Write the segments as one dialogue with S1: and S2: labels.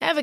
S1: Ever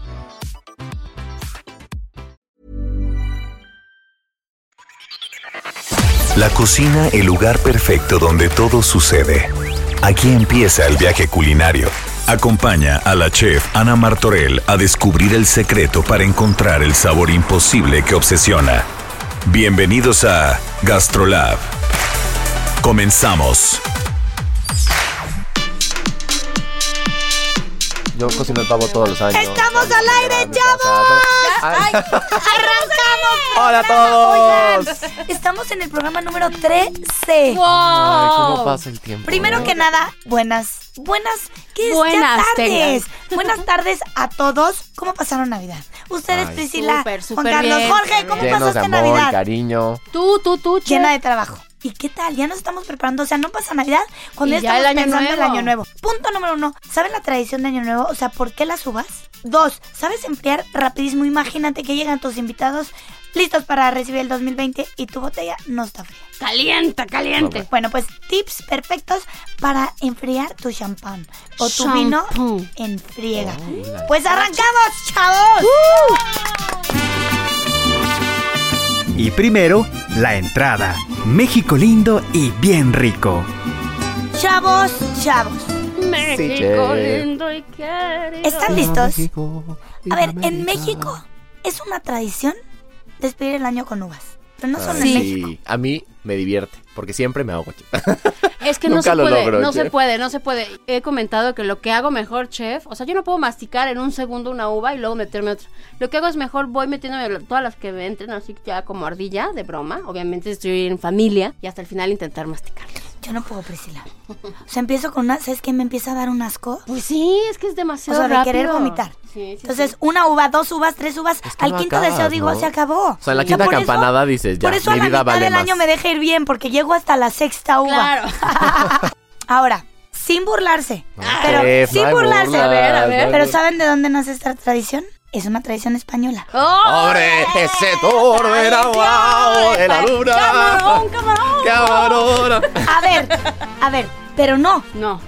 S2: La cocina, el lugar perfecto donde todo sucede. Aquí empieza el viaje culinario. Acompaña a la chef Ana Martorell a descubrir el secreto para encontrar el sabor imposible que obsesiona. Bienvenidos a Gastrolab. Comenzamos.
S3: Yo cocino el pavo todos los años.
S4: ¡Estamos
S3: Cuando
S4: al
S3: me
S4: aire,
S3: llevan a mi casa. Ay,
S4: ¡Arrancamos!
S3: ¡Hola a todos!
S4: Oigan, estamos en el programa número 13.
S3: Ay,
S5: ¡Wow!
S3: ¿Cómo pasa el tiempo?
S4: Primero que nada, buenas. Buenas, ¿qué es? Ya
S5: Buenas
S4: tardes. Buenas tardes a todos. ¿Cómo pasaron Navidad? Ustedes,
S3: Ay.
S4: Priscila,
S5: Súper, súper
S4: Juan Carlos,
S5: bien.
S4: Jorge, ¿cómo
S3: Llenos de
S4: pasaste
S3: amor,
S4: Navidad?
S3: cariño.
S5: Tú, tú, tú, chef.
S4: Llena de trabajo. ¿Y qué tal? Ya nos estamos preparando, o sea, no pasa Navidad cuando ya
S5: Y ya
S4: estamos
S5: el año
S4: pensando
S5: nuevo.
S4: el año nuevo. Punto número uno, ¿saben la tradición de año nuevo? O sea, ¿por qué las uvas? Dos, ¿sabes enfriar rapidísimo? Imagínate que llegan tus invitados listos para recibir el 2020 y tu botella no está fría.
S5: Caliente, caliente.
S4: Bueno, pues tips perfectos para enfriar tu champán o tu vino
S5: Champú.
S4: en friega.
S3: Hola.
S4: Pues arrancamos, chavos.
S6: Y primero, la entrada. México lindo y bien rico.
S4: Chavos, chavos.
S3: Sí,
S5: México
S3: chef.
S5: lindo y querido.
S4: ¿Están listos?
S3: México,
S4: A ver,
S3: viva
S4: en
S3: América.
S4: México es una tradición despedir el año con uvas. Pero no solo
S3: Ah, Sí.
S4: en México.
S3: A mí me divierte, porque siempre me ahogo.
S5: Es que no
S3: Nunca
S5: se
S3: lo
S5: puede,
S3: logro,
S5: no se
S3: chef.
S5: puede, no se puede. He comentado que lo que hago mejor, chef, o sea, yo no puedo masticar en un segundo una uva y luego meterme otra. Lo que hago es mejor voy metiéndome lo- todas las que me entren así ya como ardilla, de broma. Obviamente estoy en familia y hasta el final intentar masticar.
S4: Yo no puedo, Priscila. O sea, empiezo con una, ¿sabes qué? Me empieza a dar un asco.
S5: Pues sí, es que es demasiado
S4: O sea, de
S5: rápido.
S4: querer vomitar.
S5: Sí, sí,
S4: Entonces, una uva, dos uvas, tres uvas.
S3: que
S4: al
S3: no
S4: quinto
S3: acabas,
S4: deseo digo,
S3: ¿no?
S4: se acabó.
S3: O sea, en la
S4: Sí.
S3: quinta
S4: por eso-
S3: campanada dices, ya,
S4: Por eso
S3: mi
S4: a la
S3: vida
S4: mitad
S3: vale
S4: del
S3: más.
S4: año me deja ir bien, porque llego hasta la sexta
S5: sí.
S4: uva.
S5: Claro.
S4: Ahora, sin burlarse.
S3: Ah,
S4: pero
S3: chef,
S4: sin
S3: no hay
S4: burlarse.
S3: burlas,
S5: A ver, a ver.
S3: no hay
S4: Pero
S3: burlas.
S4: ¿saben de dónde nace esta tradición? Es una tradición española.
S5: ¡Oh!
S3: ¡Hombre, ese toro enamorado de la luna!
S5: ¡Camarón, camarón!
S3: ¡Camarón!
S4: A ver, a ver, pero no.
S5: No.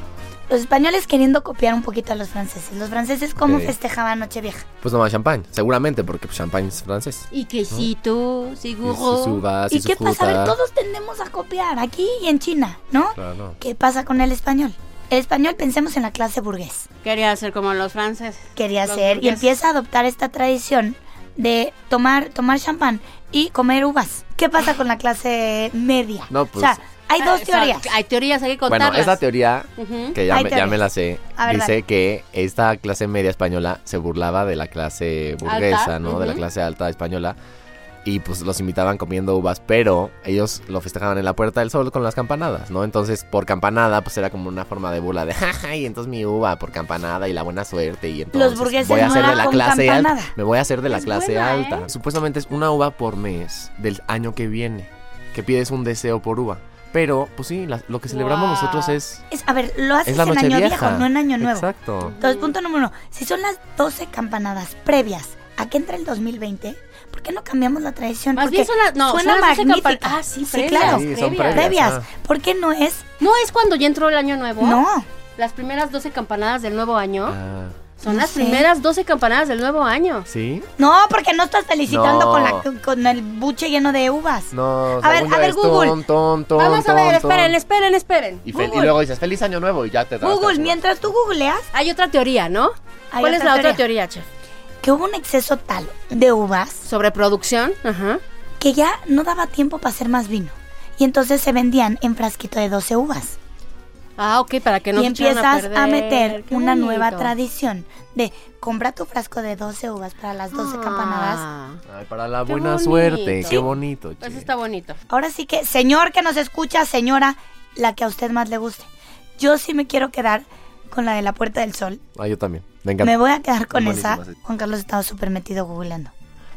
S4: Los españoles queriendo copiar un poquito a los franceses. Los franceses, ¿cómo
S3: Ok.
S4: festejaban Nochevieja?
S3: Pues nomás champán, seguramente, porque pues, champán es francés.
S5: Y quesito,
S3: Y
S5: seguro.
S3: sus uvas, y
S4: ¿Y
S3: su
S4: qué pasa? A ver,
S3: fruta.
S4: todos tendemos a copiar aquí y en China, ¿no?
S3: Claro.
S4: ¿Qué pasa con el español? El español, pensemos en la clase burgués.
S5: Quería ser como los franceses.
S4: Quería
S5: Los
S4: hacer y
S5: burgueses.
S4: empieza a adoptar esta tradición de tomar, tomar champán y comer uvas. ¿Qué pasa con la clase media?
S3: No,
S4: O
S3: pues-
S4: sea, hay dos
S5: Ah,
S4: teorías.
S5: exacto. Hay teorías, hay que contarlas.
S3: Bueno, esa teoría
S5: Ujú.
S3: que ya,
S4: Hay
S3: me, ya me
S4: teorías.
S3: la sé,
S4: A ver,
S3: dice
S4: dale.
S3: que esta clase media española se burlaba de la clase burguesa, ¿no? De la
S5: ujú.
S3: clase alta española. Y pues los invitaban comiendo uvas, pero ellos lo festejaban en la Puerta del Sol con las campanadas, ¿no? Entonces, por campanada, pues era como una forma de burla de, jaja, y entonces mi uva por campanada y la buena suerte y entonces
S4: burgueses
S3: voy a
S4: no
S3: ser de
S4: eran
S3: la
S4: con
S3: clase alta.
S4: campanada.
S3: Me voy a hacer de la
S5: Es
S3: clase
S5: buena, ¿eh?
S3: alta. Supuestamente es una uva por mes del año que viene, que pides un deseo por uva. Pero, pues sí, la- lo que celebramos
S5: Guau.
S3: nosotros es
S4: Es- a ver, lo haces
S3: es la
S4: en
S3: noche
S4: año
S3: vieja.
S4: viejo, no en año nuevo.
S3: Exacto.
S4: Entonces, punto número uno. Si son las 12 campanadas previas a que entra el 2020, ¿por qué no cambiamos la tradición?
S5: Más
S4: Porque
S5: bien son las- no,
S4: suena
S5: son las doce
S4: magnífica.
S5: campan- Ah, sí,
S4: sí
S5: previas,
S4: claro.
S3: Sí, son
S5: previas.
S4: Previas.
S3: Ajá.
S4: ¿Por qué no es?
S5: ¿No es cuando ya entró el año nuevo?
S4: No.
S5: Las primeras 12 campanadas del nuevo año
S3: Ah,
S5: son
S4: no
S5: las
S4: sé.
S5: primeras 12 campanadas del nuevo año.
S3: ¿Sí?
S4: No, porque no estás felicitando
S3: No.
S4: con, la- con el buche lleno de uvas.
S3: No,
S4: A ver,
S3: según yo
S4: a ver,
S3: es
S4: Google.
S3: ton, ton, ton,
S5: Vamos a
S3: ton,
S5: ver,
S3: ton.
S5: esperen, esperen, esperen.
S3: Y, fel- y
S5: Google.
S3: luego dices, feliz año nuevo y ya te trabajas.
S4: Google, mientras tú googleas,
S5: Hay otra teoría, ¿no?
S4: Hay
S5: ¿Cuál
S4: otra
S5: es la otra
S4: teoría.
S5: teoría, chef?
S4: que hubo un exceso tal de uvas
S5: Sobreproducción. Ajá.
S4: que ya no daba tiempo para hacer más vino. Y entonces se vendían en frasquito de 12 uvas.
S5: Ah, ok, para que no
S4: y
S5: se echaran
S4: empiezas a,
S5: perder.
S4: meter
S5: Qué
S4: una nueva
S5: bonito.
S4: tradición de compra tu frasco de 12 uvas para las 12 campanadas.
S5: Ah,
S3: Ay, para la
S5: Qué
S3: buena
S5: bonito.
S3: suerte,
S5: Sí.
S3: qué bonito.
S5: Eso
S4: Pues
S3: che.
S5: está bonito.
S4: Ahora sí que, señor que nos escucha, señora, la que a usted más le guste. Yo sí me quiero quedar con la de la Puerta del Sol.
S3: Ah, yo también. Me encanta.
S4: Me voy a quedar con esa.
S3: Buenísimas.
S4: Juan Carlos estaba súper metido googleando.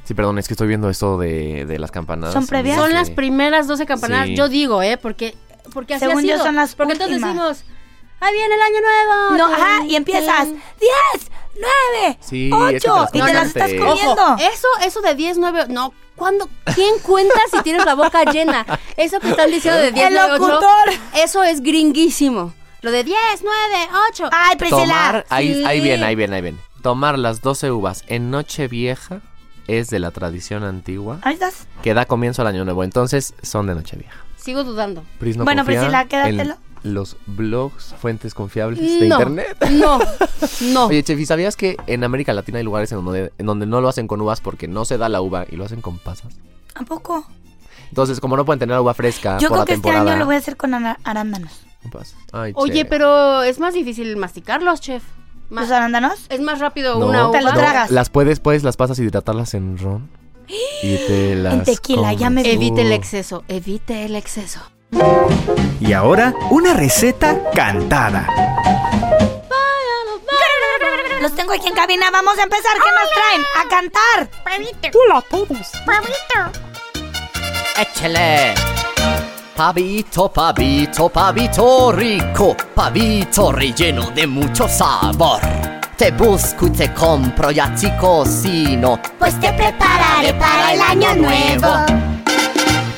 S3: Sí, perdón, es que estoy viendo esto de, de las campanadas.
S4: ¿Son previas?
S5: Son
S3: Sí.
S5: las primeras 12 campanadas,
S3: Sí.
S5: yo digo, ¿eh? Porque, porque así
S4: Según
S5: ha
S4: yo,
S5: sido.
S4: son las
S5: porque entonces
S4: últimas.
S5: decimos, ahí viene el año nuevo.
S4: No,
S5: Tin,
S4: ajá, y empiezas.
S5: tin.
S4: ¡Diez! ¡Nueve!
S3: Sí, es que
S4: ¡Ocho!
S3: te
S4: y
S3: las
S4: te las
S3: cuentan
S4: estás
S3: antes.
S4: comiendo.
S5: Ojo, Eh. eso, eso de 10, 9, no. ¿Cuándo? ¿Quién cuenta si tienes la boca llena? Eso que están diciendo de 10,
S4: ¡El
S5: 9, 8,
S4: locutor!
S5: Eso es gringuísimo. Lo de 10, 9, 8.
S4: Ay, Priscila.
S3: Tomar, ahí,
S5: sí.
S3: ahí viene, ahí viene, ahí viene. Tomar las 12 uvas en Nochevieja es de la tradición antigua
S4: Ahí estás.
S3: que da comienzo al año nuevo. Entonces son de Nochevieja.
S5: Sigo dudando.
S3: Pris no
S4: Bueno,
S3: confía
S4: Priscila,
S3: en
S4: quédatelo.
S3: los blogs, fuentes confiables de
S5: No,
S3: internet.
S5: no, no.
S3: Oye, Chefi, ¿sabías que en América Latina hay lugares en donde, en donde no lo hacen con uvas porque no se da la uva y lo hacen con pasas?
S4: ¿A poco?
S3: Entonces, como no pueden tener uva fresca Ah, por
S4: Yo creo
S3: la
S4: que este
S3: temporada.
S4: año lo voy a hacer con ana- arándanos.
S3: con pasas. Ay,
S5: Oye,
S3: che.
S5: pero es más difícil masticarlos, chef. Ma-
S4: ¿Los arándanos?
S5: es más rápido
S3: No,
S5: una uva.
S4: Te lo tragas.
S3: Las puedes, puedes las pasas hidratarlas en ron y te las
S4: tequila, ya me-
S3: comes.
S5: Evite el
S3: Uh.
S5: exceso, evite el exceso.
S6: Y ahora, una receta cantada.
S4: Los tengo aquí en cabina. Vamos a empezar. ¿Qué nos traen? A cantar.
S3: Échale. Pavito, pavito, pavito rico, pavito relleno de mucho sabor. Te busco y te compro y a ti cocino.
S7: Pues te prepararé para el año nuevo.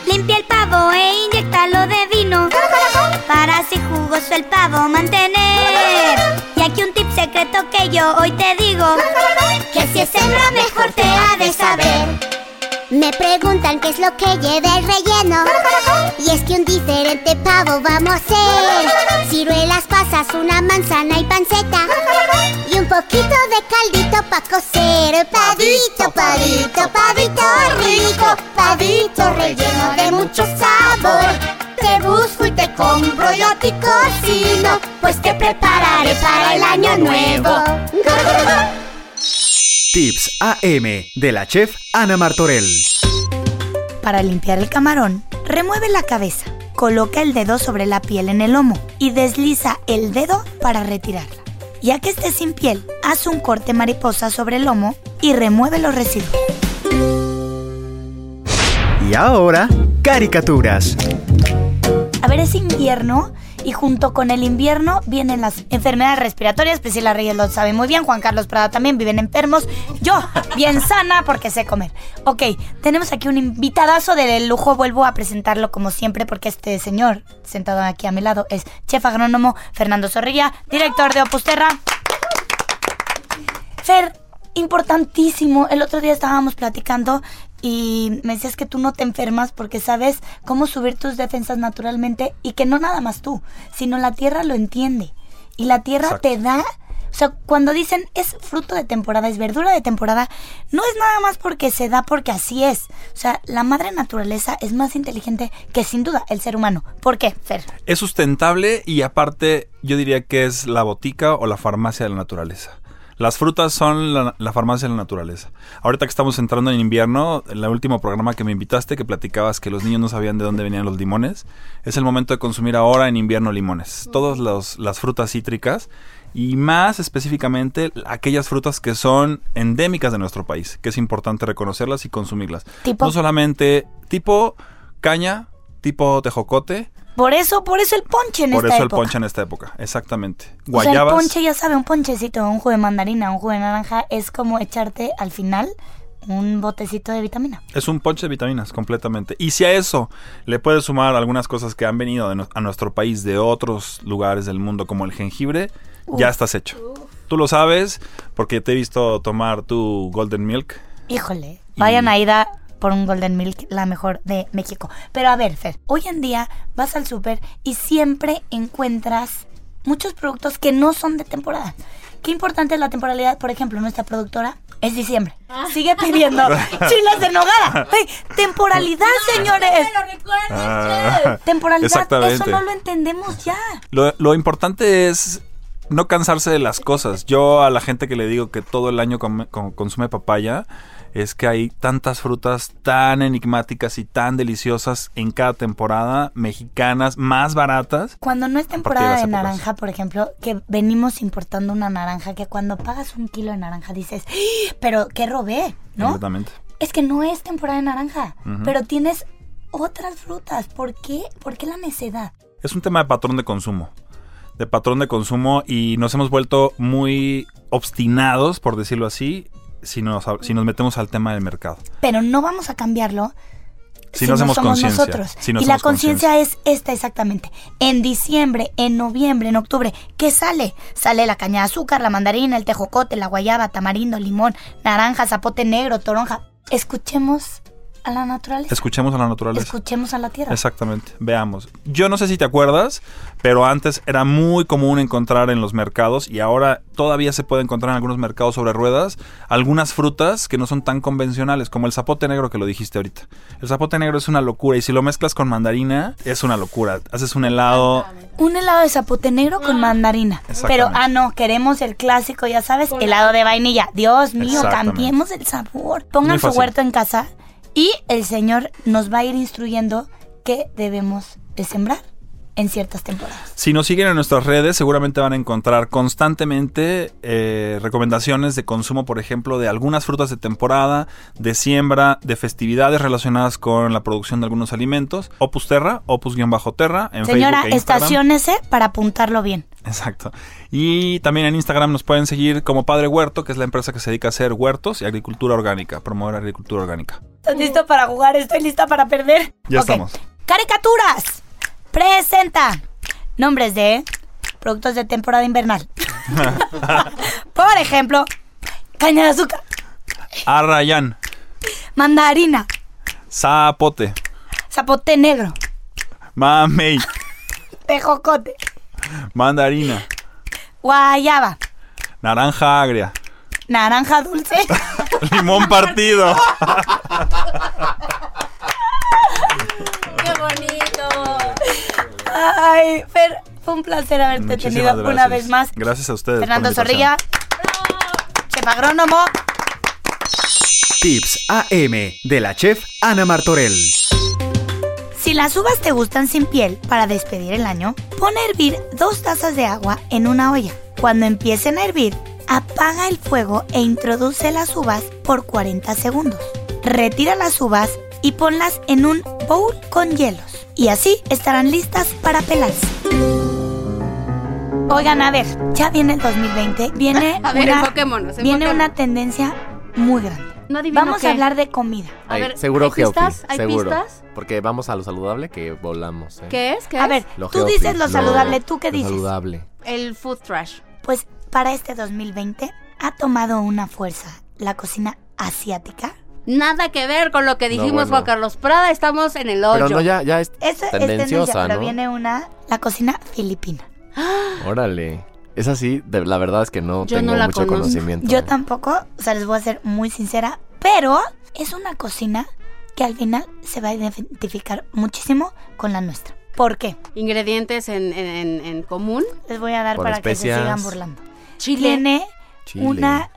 S7: Limpia el pavo e inyectalo de vino. Para así jugoso el pavo mantener. Y aquí un tip secreto que yo hoy te digo. Que si es hembra mejor te ha de saber. Me preguntan qué es lo que lleva el relleno. Y es que un diferente pavo vamos a hacer. Ciruelas, pasas, una manzana y panceta. Y un poquito de caldito pa' cocer. Pavito, pavito, pavito rico. Pavito relleno de mucho sabor. Te busco y te compro, yo te cocino. Pues te prepararé para el año nuevo.
S6: Tips AM de la chef Ana Martorell.
S4: Para limpiar el camarón, remueve la cabeza. Coloca el dedo sobre la piel en el lomo y desliza el dedo para retirarla. Ya que esté sin piel, haz un corte mariposa sobre el lomo y remueve los residuos.
S6: Y ahora, caricaturas.
S4: A ver, es invierno y junto con el invierno vienen las enfermedades respiratorias. Priscila Reyes lo sabe muy bien, Juan Carlos Prada también viven enfermos. Yo, bien sana porque sé comer. Ok, tenemos aquí un invitadazo de lujo. Vuelvo a presentarlo como siempre porque este señor sentado aquí a mi lado es chef agrónomo Fernando Zorrilla, director de Opus Terra. Fer, importantísimo. El otro día estábamos platicando y me decías que tú no te enfermas porque sabes cómo subir tus defensas naturalmente y que no nada más tú, sino la tierra lo entiende. Y la tierra te da... O sea, cuando dicen es fruto de temporada, es verdura de temporada, no es nada más porque se da porque así es. O sea, la madre naturaleza es más inteligente que sin duda el ser humano. ¿Por qué, Fer?
S8: Es sustentable y aparte yo diría que es la botica o la farmacia de la naturaleza. Las frutas son la, la farmacia de la naturaleza. Ahorita que estamos entrando en invierno, en el último programa que me invitaste, que platicabas que los niños no sabían de dónde venían los limones, es el momento de consumir ahora en invierno limones. Todas los- las frutas cítricas y más específicamente aquellas frutas que son endémicas de nuestro país, que es importante reconocerlas y consumirlas.
S4: ¿Tipo?
S8: No solamente tipo caña, tipo tejocote,
S4: Por eso, por eso el ponche en
S8: por
S4: esta
S8: eso el
S4: época.
S8: ponche en esta época, exactamente.
S4: O sea, el
S8: Guayabas.
S4: ponche, ya sabe, un ponchecito, un jugo de mandarina, un jugo de naranja, es como echarte al final un botecito de vitamina.
S8: es un ponche de vitaminas, completamente. Y si a eso le puedes sumar algunas cosas que han venido de nu- a nuestro país de otros lugares del mundo, como el jengibre, ya estás hecho. Tú lo sabes porque te he visto tomar tu golden milk.
S4: Híjole, vayan a Ida por un Golden Milk, la mejor de México. Pero a ver, Fer, hoy en día vas al súper y siempre encuentras muchos productos que no son de temporada. Qué importante es la temporalidad, por ejemplo, nuestra productora es diciembre. Sigue pidiendo chiles de nogada. Ay, temporalidad, señores.
S8: Ah,
S4: Temporalidad, eso
S8: exactamente.
S4: no lo entendemos ya.
S8: Lo, lo importante es no cansarse de las cosas. Yo a la gente que le digo que todo el año come- con- consume papaya, es que hay tantas frutas tan enigmáticas y tan deliciosas en cada temporada, mexicanas, más baratas.
S4: Cuando no es
S8: partir de
S4: temporada
S8: las
S4: de
S8: épocas.
S4: naranja, por ejemplo, que venimos importando una naranja, que cuando pagas un kilo de naranja dices, "¡Ah! pero ¿qué robé? ¿No?
S8: Completamente.
S4: es que no es temporada de naranja, pero tienes otras frutas. ¿Por qué? ¿Por qué la necedad?
S8: Es un tema de patrón de consumo. De patrón de consumo y nos hemos vuelto muy obstinados, por decirlo así, si nos, si nos metemos al tema del mercado.
S4: Pero no vamos a cambiarlo
S8: Si, no hacemos
S4: somos
S8: conciencia.
S4: nosotros.
S8: si no
S4: y la
S8: hacemos conciencia.
S4: conciencia es esta exactamente. En diciembre, en noviembre, en octubre, ¿qué sale? Sale la caña de azúcar, la mandarina, el tejocote, la guayaba, tamarindo, limón, naranja, zapote negro, toronja. Escuchemos a la naturaleza.
S8: Escuchemos a la naturaleza.
S4: Escuchemos a la tierra.
S8: Exactamente, veamos. Yo no sé si te acuerdas, pero antes era muy común encontrar en los mercados y ahora todavía se puede encontrar en algunos mercados sobre ruedas algunas frutas que no son tan convencionales, como el zapote negro que lo dijiste ahorita. El zapote negro es una locura y si lo mezclas con mandarina es una locura. Haces un helado
S4: Un helado de zapote negro con mandarina. Pero,
S8: Exactamente.
S4: ah, no, queremos el clásico, ya sabes, helado de vainilla. Dios mío,
S8: Exactamente.
S4: cambiemos el sabor. Pongan
S8: Muy
S4: su
S8: fácil.
S4: huerto en casa y el Señor nos va a ir instruyendo qué debemos de sembrar en ciertas temporadas.
S8: Si nos siguen en nuestras redes, seguramente van a encontrar constantemente eh, recomendaciones de consumo, por ejemplo, de algunas frutas de temporada, de siembra, de festividades relacionadas con la producción de algunos alimentos. Opus Terra, Opus-Terra, en
S4: Señora,
S8: Facebook e Instagram.
S4: estaciónese para apuntarlo bien.
S8: Exacto. Y también en Instagram nos pueden seguir como Padre Huerto, que es la empresa que se dedica a hacer huertos y agricultura orgánica, promover agricultura orgánica.
S4: ¿Estás listo para jugar? Estoy lista para perder.
S8: Ya
S4: Ok.
S8: estamos.
S4: Caricaturas. Presenta. Nombres de productos de temporada invernal. Por ejemplo, caña de azúcar,
S8: Arrayán,
S4: mandarina,
S8: Zapote,
S4: zapote negro,
S8: Mamey,
S4: tejocote,
S8: Mandarina,
S4: guayaba,
S8: Naranja Agria,
S4: naranja dulce.
S8: Limón Partido.
S5: ¡Qué bonito!
S4: Ay, Fer, fue un placer haberte
S8: Muchísimas
S4: tenido una
S8: gracias.
S4: vez más.
S8: Gracias a ustedes. por
S4: Fernando
S8: la invitación.
S4: Zorrilla, chef agrónomo.
S6: Tips AM de la chef Ana Martorell.
S4: Si las uvas te gustan sin piel, para despedir el año, pon a hervir dos tazas de agua en una olla. Cuando empiecen a hervir, apaga el fuego e introduce las uvas por 40 segundos. Retira las uvas y ponlas en un bowl con hielos. Y así estarán listas para pelarse. Oigan, a ver, ya viene el 2020, viene,
S5: A ver,
S4: una,
S5: enfoquémonos,
S4: viene
S5: enfoquémonos.
S4: una tendencia muy grande.
S5: No adivino
S4: Vamos
S5: qué.
S4: a hablar de comida.
S5: A
S3: Ay,
S5: ver,
S3: seguro
S5: ¿hay
S3: que ok,
S5: pistas? ¿Hay
S3: seguro.
S5: pistas?
S3: Porque vamos a lo saludable que volamos. ¿eh?
S5: ¿Qué es? ¿Qué
S4: A
S5: es?
S4: ver,
S3: Lo
S4: tú
S3: healthy,
S4: dices lo saludable, ¿tú qué
S3: lo
S4: dices?
S3: Saludable.
S5: El food trash.
S4: Pues para este 2020 ha tomado una fuerza la cocina asiática.
S5: Nada que ver con lo que dijimos
S3: bueno.
S5: Juan Carlos Prada, estamos en el hoyo.
S3: Pero no, ya, ya es
S4: Eso es tendencia,
S3: tendenciosa,
S4: pero
S3: ¿no?
S4: viene una, la cocina filipina.
S3: Órale. Es así, de- la verdad es que no
S5: Yo
S3: tengo
S5: no la
S3: mucho
S5: conozco.
S3: conocimiento.
S4: Yo tampoco, o sea, les voy a ser muy sincera, pero es una cocina que al final se va a identificar muchísimo con la nuestra. ¿Por qué?
S5: Ingredientes en, en- en- en común.
S4: Les voy a dar
S3: Por
S4: para que
S3: especias.
S4: se sigan burlando.
S5: Chile.
S4: Tiene
S3: Chile.
S4: una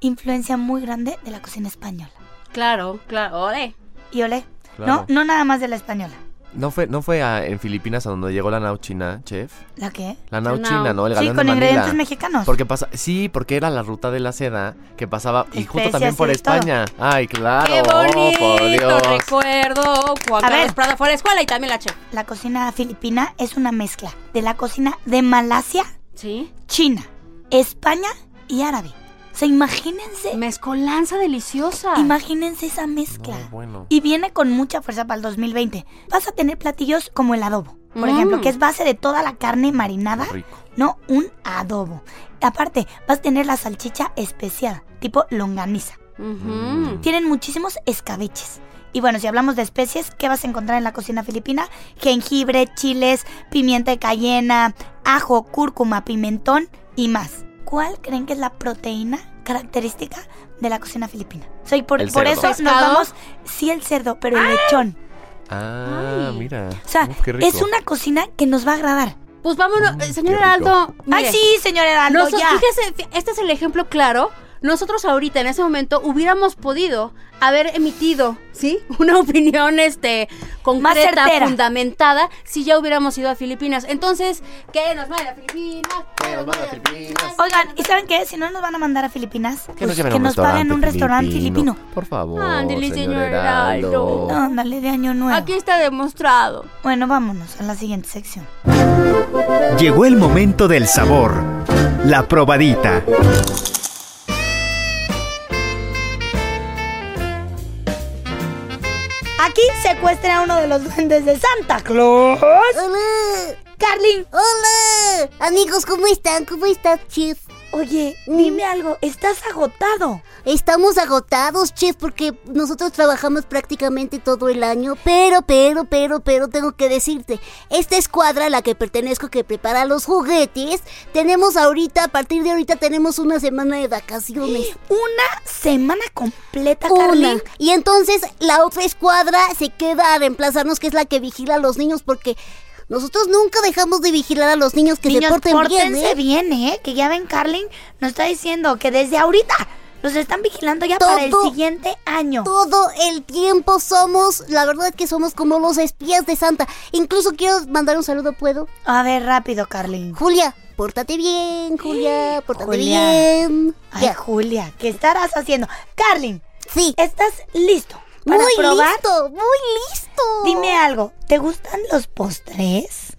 S4: influencia muy grande de la cocina española.
S5: Claro, claro. Ole.
S4: Y olé,
S3: Claro.
S4: no, no nada más de la española.
S3: ¿No fue, no fue a- en Filipinas a donde llegó la nau china, chef?
S4: ¿La qué?
S3: La nau
S5: La
S3: china,
S5: nao.
S3: ¿no? El
S4: Sí,
S3: galeón
S4: con
S3: de Manila.
S4: ingredientes mexicanos.
S3: Porque pasa, sí, porque era la ruta de la seda que pasaba y justo
S4: Especias
S3: también por
S4: y de todo.
S3: España. Ay, claro. Oh,
S5: ¡Qué bonito!
S3: por Dios.
S5: Recuerdo Juan
S4: A
S5: Carlos
S4: ver.
S5: Prada fue a la escuela y también la chef.
S4: La cocina filipina es una mezcla de la cocina de Malasia,
S5: Sí.
S4: China, España y árabe. O sea, imagínense,
S5: Mezcolanza deliciosa.
S4: imagínense esa mezcla.
S3: No, bueno.
S4: Y viene con mucha fuerza para el 2020. Vas a tener platillos como el adobo, por
S5: Mm.
S4: ejemplo, que es base de toda la carne marinada,
S3: Rico.
S4: no un adobo. Aparte, vas a tener la salchicha especial, tipo longaniza.
S3: Mm.
S5: Ujú.
S4: Tienen muchísimos escabeches. Y bueno, si hablamos de especies, ¿qué vas a encontrar en la cocina filipina? Jengibre, chiles, pimienta de cayena, ajo, cúrcuma, pimentón y más. ¿Cuál creen que es la proteína característica de la cocina filipina? Soy por,
S3: El
S4: por
S3: cerdo.
S4: eso nos
S5: ¿Pescado?
S4: vamos, sí el cerdo, pero el lechón.
S3: Ah,
S5: Ay.
S3: mira.
S4: O sea,
S3: Uf, qué rico.
S4: es una cocina que nos va a agradar.
S5: Pues vámonos, eh, señor
S3: Mm, qué rico.
S5: Heraldo.
S4: Ay,
S5: mire,
S4: sí, señor Heraldo,
S5: nosotros-
S4: Ah, ya.
S5: fíjese, fí- este es el ejemplo claro. nosotros ahorita en ese momento hubiéramos podido haber emitido, ¿sí? Una opinión este concreta,
S4: certera.
S5: fundamentada, si ya hubiéramos ido a Filipinas. Entonces, que nos vaya a Filipinas,
S3: Que nos vaya a Filipinas.
S4: Oigan, ¿y saben qué? Si no nos van a mandar a Filipinas, pues
S3: Que nos, lleven a
S4: que nos paguen un restaurante filipino.
S3: Por favor.
S5: Ándele,
S3: señor
S5: señor
S3: Heraldo.
S5: Heraldo.
S4: Ándale, de año nuevo.
S5: Aquí está demostrado.
S4: Bueno, vámonos a la siguiente sección.
S6: Llegó el momento del sabor. La probadita.
S4: Aquí secuestran a uno de los duendes de Santa Claus.
S9: Hola,
S4: Carlin,
S9: hola, amigos, ¿cómo están? ¿Cómo estás, chef?
S4: oye, dime algo, estás agotado.
S9: Estamos agotados, chef, porque nosotros trabajamos prácticamente todo el año, pero, pero, pero, pero tengo que decirte, esta escuadra a la que pertenezco que prepara los juguetes, tenemos ahorita, a partir de ahorita tenemos una semana de vacaciones.
S4: Una semana completa,
S9: Una.
S4: Carlin.
S9: Y entonces la otra escuadra se queda a reemplazarnos, que es la que vigila a los niños, porque nosotros nunca dejamos de vigilar a los niños que
S4: Niños,
S9: se porten bien.
S4: pórtense
S9: ¿eh?
S4: bien, ¿eh? Que ya ven, Carlin nos está diciendo que desde ahorita los están vigilando ya para el
S9: Todo-
S4: siguiente año.
S9: Todo el tiempo somos, la verdad que somos como los espías de Santa. Incluso quiero mandar un saludo, ¿puedo?
S4: A ver, rápido, Carlin.
S9: Julia, pórtate bien, Julia, pórtate
S4: Julia.
S9: bien.
S4: Ay,
S9: Ya.
S4: Julia, ¿qué estarás haciendo? Carlin,
S9: Sí,
S4: ¿estás listo para
S9: muy
S4: probar?
S9: listo, muy listo.
S4: Dime algo, ¿te gustan los postres?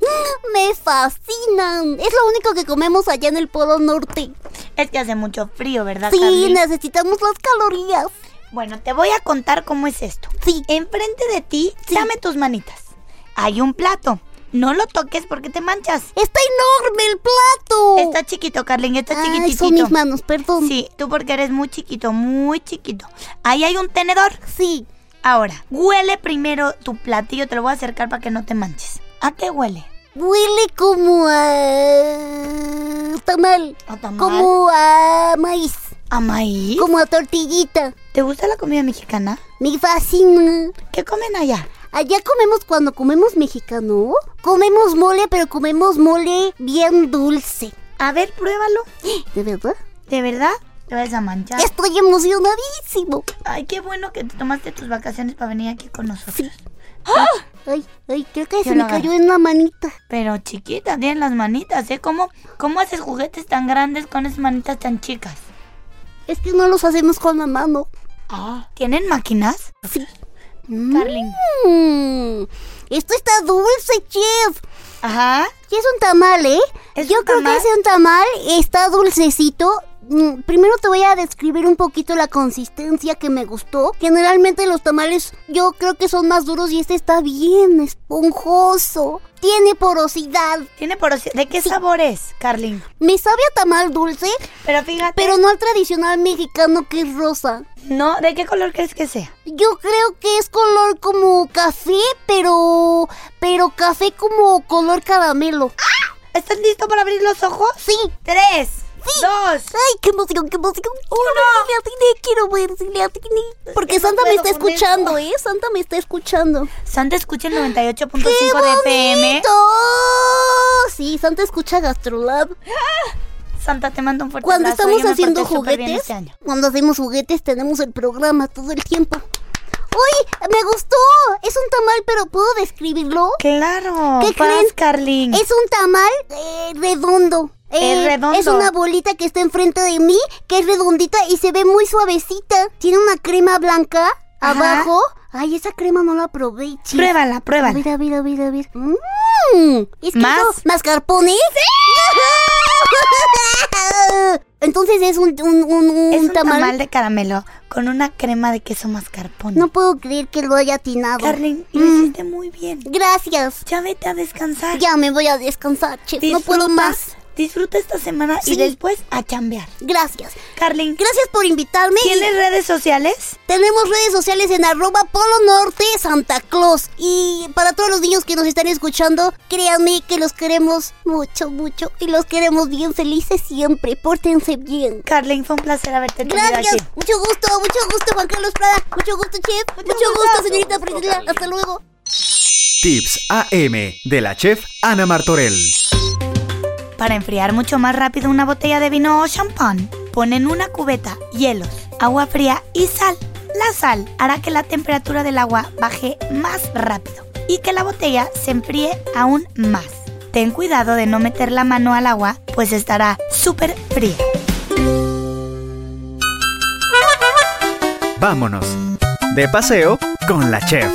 S9: Me fascinan. Es lo único que comemos allá en el Polo Norte.
S4: Es que hace mucho frío, ¿verdad,
S9: Sí,
S4: Carlin?
S9: necesitamos las calorías.
S4: Bueno, te voy a contar cómo es esto.
S9: Sí.
S4: Enfrente de ti, dame tus manitas. Hay un plato. No lo toques porque te manchas.
S9: Está enorme el plato.
S4: Está chiquito, Carlin, está
S9: Oh. Ay,
S4: chiquitito.
S9: son mis manos, perdón.
S4: Sí, tú porque eres muy chiquito, muy chiquito. Ahí hay un tenedor.
S9: Sí.
S4: Ahora, huele primero tu platillo, te lo voy a acercar para que no te manches. ¿A qué huele?
S9: Huele como a tamal,
S4: ¿A tamal?
S9: como a maíz,
S4: ¿A maíz?
S9: como a tortillita.
S4: ¿Te gusta la comida mexicana?
S9: Me fascina.
S4: ¿Qué comen allá?
S9: Allá comemos cuando comemos mexicano, comemos mole, pero comemos mole bien dulce.
S4: A ver, pruébalo.
S9: ¿De verdad?
S4: ¿De verdad? Te vas a manchar.
S9: Estoy emocionadísimo.
S4: Ay, qué bueno que te tomaste tus vacaciones para venir aquí con nosotros.
S9: Ay, ay, creo que
S4: Yo
S9: se
S4: lo
S9: me
S4: agarro.
S9: cayó en la manita.
S4: Pero chiquita, tienes las manitas, ¿eh? ¿Cómo, ¿Cómo haces juguetes tan grandes con esas manitas tan chicas?
S9: Es que no los hacemos con la mano.
S4: ¿Tienen máquinas? Carlin.
S9: Mm, esto está dulce, chef.
S4: Ajá.
S9: Y es un tamal, ¿eh?
S4: ¿Es
S9: Yo
S4: un
S9: creo
S4: tamal?
S9: que es un tamal, está dulcecito. Mm, Primero te voy a describir un poquito la consistencia que me gustó. Generalmente los tamales yo creo que son más duros y este está bien esponjoso. Tiene porosidad.
S4: Tiene porosidad. ¿De qué sabor es, Carlin?
S9: Me sabe a tamal dulce,
S4: Pero fíjate.
S9: pero no al tradicional mexicano que es rosa.
S4: No, ¿de qué color crees que sea?
S9: Yo creo que es color como café, pero pero café como color caramelo.
S4: ¡Ah! ¿Estás listo para abrir los ojos?
S9: Sí.
S4: Tres, dos,
S9: Ay, qué emoción, qué emoción. Quiero ver si le atiné, quiero ver si le atiné. Porque Santa me
S4: puedo
S9: está
S4: con
S9: escuchando, ¿eh? Santa me está escuchando.
S4: Santa escucha el
S9: ¡Ah! ¡Qué
S4: 98.5 de FM.
S9: bonito! Sí, Santa escucha Gastrolab.
S4: Santa, te mando un fuerte
S9: Cuando
S4: abrazo.
S9: estamos
S4: Yo me
S9: haciendo
S4: porté súper bien
S9: juguetes,
S4: este año.
S9: cuando hacemos juguetes tenemos el programa todo el tiempo. ¡Uy! ¡Me gustó! Es un tamal, pero ¿puedo describirlo?
S4: Claro.
S9: ¿Qué
S4: vas,
S9: creen?
S4: Carlin.
S9: Es un tamal eh, redondo.
S4: Mm.
S9: Eh,
S4: Es redondo.
S9: Es una bolita que está enfrente de mí, que es redondita y se ve muy suavecita. Tiene una crema blanca
S4: Ajá.
S9: abajo. Ay, esa crema no la probé, chis.
S4: Pruébala,
S9: A
S4: pruébala.
S9: ver, a ver, a ver, a ver. Mm, ¿Es que
S4: ¿Más?
S9: eso- mascarpone? Entonces es un, un, un- un
S4: Es un tamal.
S9: tamal.
S4: de caramelo con una crema de queso mascarpone.
S9: No puedo creer que lo haya atinado.
S4: Carlin, lo
S9: Mm.
S4: hiciste muy bien.
S9: Gracias.
S4: Ya vete a descansar.
S9: Ya me voy a descansar, chef. No puedo
S4: Disfruta-
S9: más.
S4: Disfruta esta semana y
S9: Sí.
S4: después a chambear.
S9: Gracias.
S4: Carlin,
S9: Gracias por invitarme. y-
S4: ¿tienes redes sociales?
S9: Tenemos redes sociales en arroba polo norte Santa Claus. Y para todos los niños que nos están escuchando, créanme que los queremos mucho, mucho. Y los queremos bien felices siempre. Pórtense bien.
S4: Carlin, fue un placer haberte tenido
S9: Gracias.
S4: aquí.
S9: Mucho gusto, mucho gusto, Juan Carlos Prada. Mucho gusto, Chef. Mucho, gusto, señorita Priscila. Hasta luego.
S6: Tips AM de la chef Ana Martorell.
S4: Para enfriar mucho más rápido una botella de vino o champán, Pon en una cubeta hielos, agua fría y sal. La sal hará que la temperatura del agua baje más rápido y que la botella se enfríe aún más. Ten cuidado de no meter la mano al agua, pues estará súper fría.
S6: Vámonos. De paseo con la chef.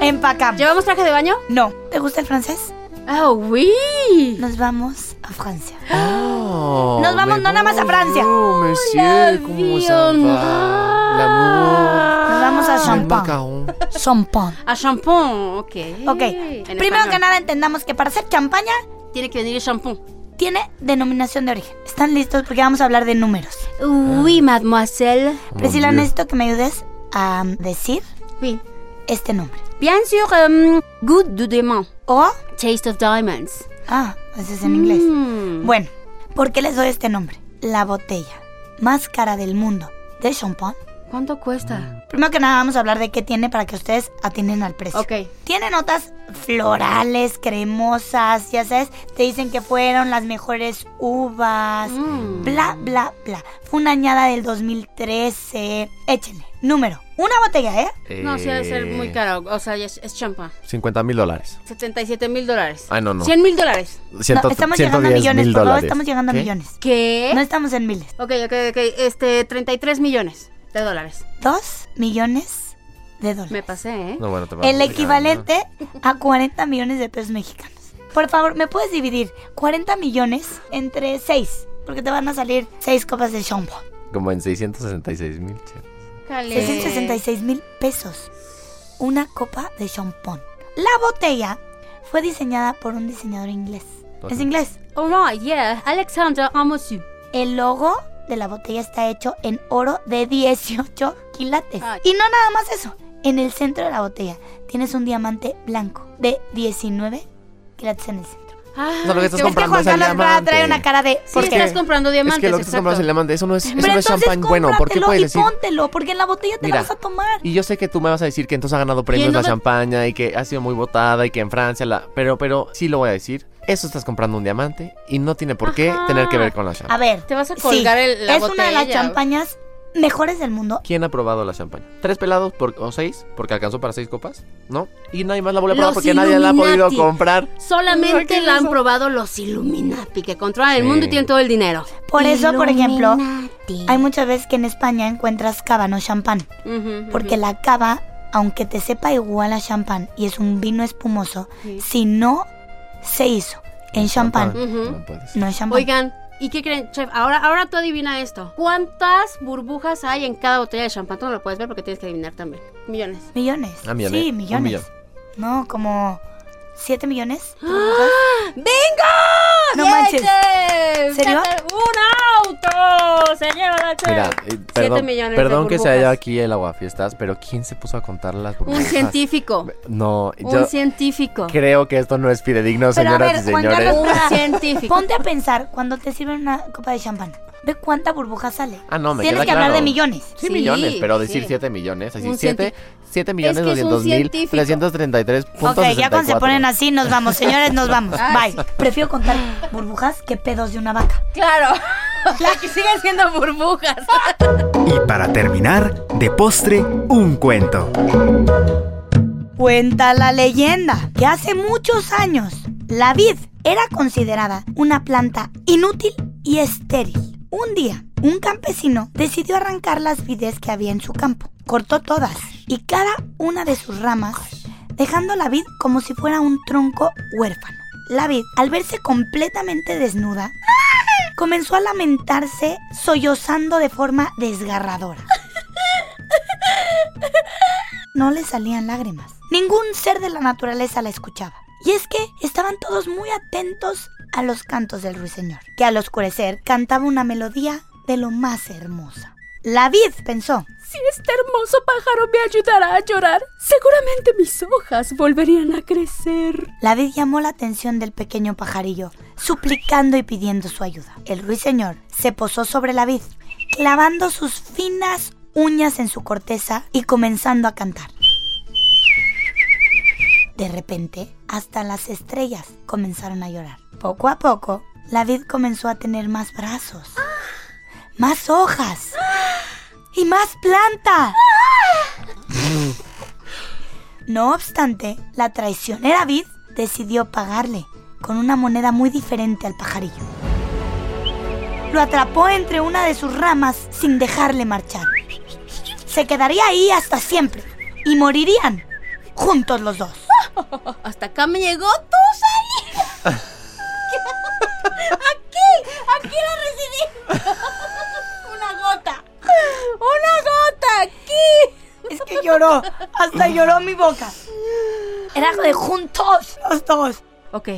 S4: Empacamos.
S5: ¿Llevamos traje de baño?
S4: No. ¿Te gusta el francés?
S5: ¡Ah, oui!
S4: Nos vamos a Francia.
S3: Nos
S4: Nos vamos no nada más a Francia.
S3: No, monsieur, ¿cómo
S5: l'avion.
S3: ça va? L'amour.
S4: Nos vamos a
S3: Le
S4: Champagne.
S3: macaron.
S4: Champagne.
S5: A champón, ok.
S4: Ok.
S5: En
S4: Primero
S5: español.
S4: que nada entendamos que para hacer champaña
S5: Tiene que venir el champón.
S4: tiene denominación de origen. ¿Están listos? Porque vamos a hablar de números.
S5: Oui, mademoiselle.
S4: Priscila,
S3: Dieu.
S4: necesito que me ayudes a decir
S5: Oui.
S4: este nombre.
S5: Bien sûr, um, good du diamant.
S4: O.
S5: Taste of diamonds.
S4: Ah, ese es en inglés.
S5: Mm.
S4: Bueno, ¿por qué les doy este nombre? La botella más cara del mundo de champán.
S5: ¿Cuánto cuesta?
S4: Primero que nada vamos a hablar de qué tiene para que ustedes atienden al precio.
S5: Ok.
S4: Tiene notas florales, cremosas, ya sabes, te dicen que fueron las mejores uvas,
S5: Mm.
S4: bla, bla, bla. Fue una añada del 2013. Échenle. Número. Una botella, ¿eh?
S5: No, sí, debe ser
S3: Eh,
S5: muy caro. O sea, ya es, es champán.
S3: 50 mil dólares.
S5: 77 mil dólares.
S3: Ay, no, no.
S5: 100 mil dólares.
S4: No, estamos llegando a
S3: 110
S4: millones,
S3: mil
S4: por favor,
S3: dólares.
S4: estamos llegando a
S3: ¿Qué?
S4: millones.
S5: ¿Qué?
S4: No estamos en miles.
S5: Ok, ok, ok. Este, 33 millones de dólares.
S4: Dos millones de dólares.
S5: Me pasé, ¿eh?
S3: No, bueno, te vas
S4: El
S3: a-
S4: equivalente a 40 millones de pesos mexicanos. Por favor, ¿me puedes dividir 40 millones entre 6? Porque te van a salir 6 copas de shampoo.
S3: Como en 666 mil.
S5: Cale.
S4: 666 mil pesos. Una copa de champón. La botella fue diseñada por un diseñador inglés.
S3: Ok.
S4: Es inglés.
S5: Alright, Oh, yeah. Alexander Amosu.
S4: El logo de la botella está hecho en oro de 18 quilates.
S5: Ay.
S4: Y no nada más eso. En el centro de la botella tienes un diamante blanco de 19 quilates en el centro.
S5: Ah,
S3: No, lo que estás
S4: Es que
S5: qué-
S3: comprando
S4: Juan
S3: es el
S4: Carlos Prada trae
S3: diamante.
S4: una cara de...
S5: Sí,
S4: ¿por qué?
S5: estás comprando
S3: Es
S5: diamantes.
S3: que lo que estás
S5: exacto.
S3: comprando es el diamante. Eso no es, eso
S4: Pero
S3: no es
S4: entonces
S3: champán bueno. ¿Por qué
S4: cómpratelo
S3: puedes
S4: y
S3: decir?
S4: póntelo, porque en la botella te
S3: Mira.
S4: lo vas a tomar.
S3: Y yo sé que tú me vas a decir que entonces ha ganado premios la
S5: entonces-
S3: champaña y que ha sido muy votada y que en Francia la. Pero, pero sí lo voy a decir. Eso estás comprando un diamante y no tiene por qué
S5: Ajá.
S3: tener que ver con la
S4: A
S3: champaña.
S4: ver,
S5: Te vas a colgar el- la
S4: es una de las
S5: botella.
S4: champañas mejores del mundo.
S3: ¿Quién ha probado la champaña? ¿Tres pelados por, o seis? Porque alcanzó para seis copas, ¿no? Y nadie más la volvió a probar
S5: Los
S3: porque nadie la ha podido
S5: Illuminati.
S3: comprar.
S5: Solamente la han probado los Illuminati, que controlan el
S3: Sí.
S5: mundo y tienen todo el dinero.
S4: Por eso, por ejemplo,
S9: Illuminati.
S4: hay muchas veces que en España encuentras cava, no champán.
S5: Ujú,
S4: Porque la cava, aunque te sepa igual a champán y es un vino espumoso,
S5: Sí.
S4: si no se hizo en champán,
S5: Ujú.
S3: No puede ser.
S4: no es champán.
S5: Oigan, ¿y qué creen, chef? Ahora, ahora tú adivina esto. ¿Cuántas burbujas hay en cada botella de champán? Tú no lo puedes ver porque tienes que adivinar también. Millones.
S4: Millones.
S3: Ah, millones.
S4: Sí,
S3: Un
S4: millones.
S3: millón.
S4: No, como 7 millones.
S5: ¡Bingo!
S4: No
S5: ¡Bien,
S4: manches.
S5: chef!
S4: ¿Serio?
S5: ¡Un auto! ¡Se lleva la chef!
S3: Mira, eh, perdón,
S5: millones
S3: perdón
S5: de
S3: que se
S5: burbujas.
S3: haya aquí el aguafiestas, pero ¿quién se puso a contar las burbujas?
S5: Un científico.
S3: No, yo
S5: Un científico.
S3: creo que esto no es fidedigno,
S4: Pero a
S3: señoras
S4: ver,
S3: y
S4: Juan
S3: señores.
S4: Carlos-
S5: Un científico.
S4: Ponte a pensar cuando te sirven una copa de champán. Ve cuánta burbuja sale.
S3: Ah, no, me
S4: Tienes
S3: queda
S4: que hablar
S3: claro.
S4: de millones.
S3: Sí,
S5: Sí,
S3: millones, pero decir
S5: sí.
S3: 7 millones, así
S5: Un
S3: 7,
S5: científico.
S3: 7 millones
S5: Es que es un
S3: 200 mil
S5: científico.
S3: 333
S4: Ok, ya cuando se ponen así, nos vamos. Señores, nos vamos.
S5: Ay.
S4: Bye. Prefiero contar burbujas que pedos de una vaca.
S5: Claro. La que siguen siendo burbujas.
S6: Y para terminar, de postre, un cuento.
S4: Cuenta la leyenda que hace muchos años la vid era considerada una planta inútil y estéril. Un día, un campesino decidió arrancar las vides que había en su campo. Cortó todas y cada una de sus ramas, dejando la vid como si fuera un tronco huérfano. La vid, al verse completamente desnuda, comenzó a lamentarse sollozando de forma desgarradora. No le salían lágrimas. Ningún ser de la naturaleza la escuchaba. Y es que estaban todos muy atentos a los cantos del ruiseñor, que al oscurecer cantaba una melodía de lo más hermosa. La vid pensó,
S10: Si este hermoso pájaro me ayudará a llorar, seguramente mis hojas volverían a crecer.
S4: La vid llamó la atención del pequeño pajarillo, suplicando y pidiendo su ayuda. El ruiseñor se posó sobre la vid, clavando sus finas uñas en su corteza y comenzando a cantar. De repente, hasta las estrellas comenzaron a llorar. Poco a poco, la vid comenzó a tener más brazos, más hojas y más planta. No obstante, la traicionera vid decidió pagarle con una moneda muy diferente al pajarillo. Lo atrapó entre una de sus ramas sin dejarle marchar. Se quedaría ahí hasta siempre y morirían juntos los dos.
S5: Hasta acá me llegó tu salida. Aquí, aquí la recibí. Una gota. Una gota aquí.
S4: Es que lloró, hasta lloró mi boca. Era de juntos los dos.
S5: Ok.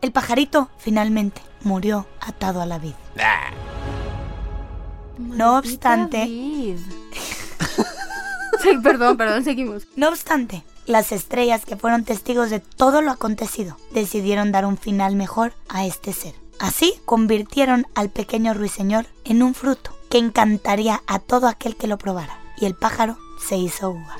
S4: El pajarito finalmente murió atado a la vid. No obstante,
S5: David. Sí, perdón, perdón, seguimos.
S4: no obstante, las estrellas que fueron testigos de todo lo acontecido decidieron dar un final mejor a este ser. Así convirtieron al pequeño ruiseñor en un fruto que encantaría a todo aquel que lo probara. Y el pájaro se hizo uva.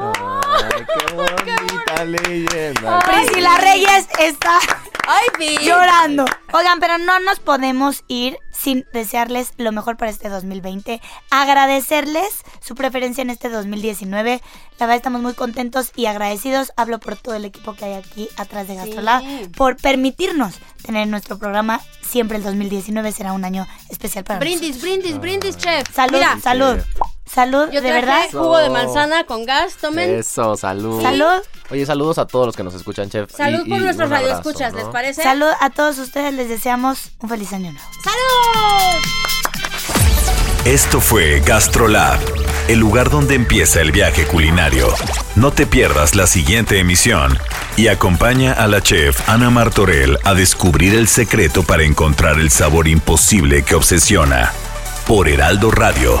S3: Ay, qué bonita leyenda.
S4: Priscila Reyes está
S5: Ay, vi.
S4: llorando. Oigan, pero no nos podemos ir sin desearles lo mejor para este 2020. Agradecerles su preferencia en este 2019. La verdad estamos muy contentos y agradecidos. Hablo por todo el equipo que hay aquí atrás de Gastrolab por permitirnos tener nuestro programa. Siempre el 2019 será un año especial para nosotros.
S5: Brindis,
S3: Ah.
S5: brindis, brindis, chef.
S4: Salud,
S5: Mira,
S4: salud. Salud,
S5: yo
S4: de
S5: traje
S4: verdad.
S5: jugo de manzana con gas, tomen.
S3: Eso, salud.
S4: Salud,
S3: Oye, saludos a todos los que nos escuchan, chef.
S5: Salud
S3: Y- y
S5: por nuestros
S3: un abrazo,
S5: radioescuchas,
S3: ¿no?
S5: ¿les parece?
S4: salud a todos ustedes. Les deseamos un feliz año nuevo.
S5: ¡Salud!
S2: Esto fue GastroLab, el lugar donde empieza el viaje culinario. No te pierdas la siguiente emisión y acompaña a la chef Ana Martorell a descubrir el secreto para encontrar el sabor imposible que obsesiona. Por Heraldo Radio,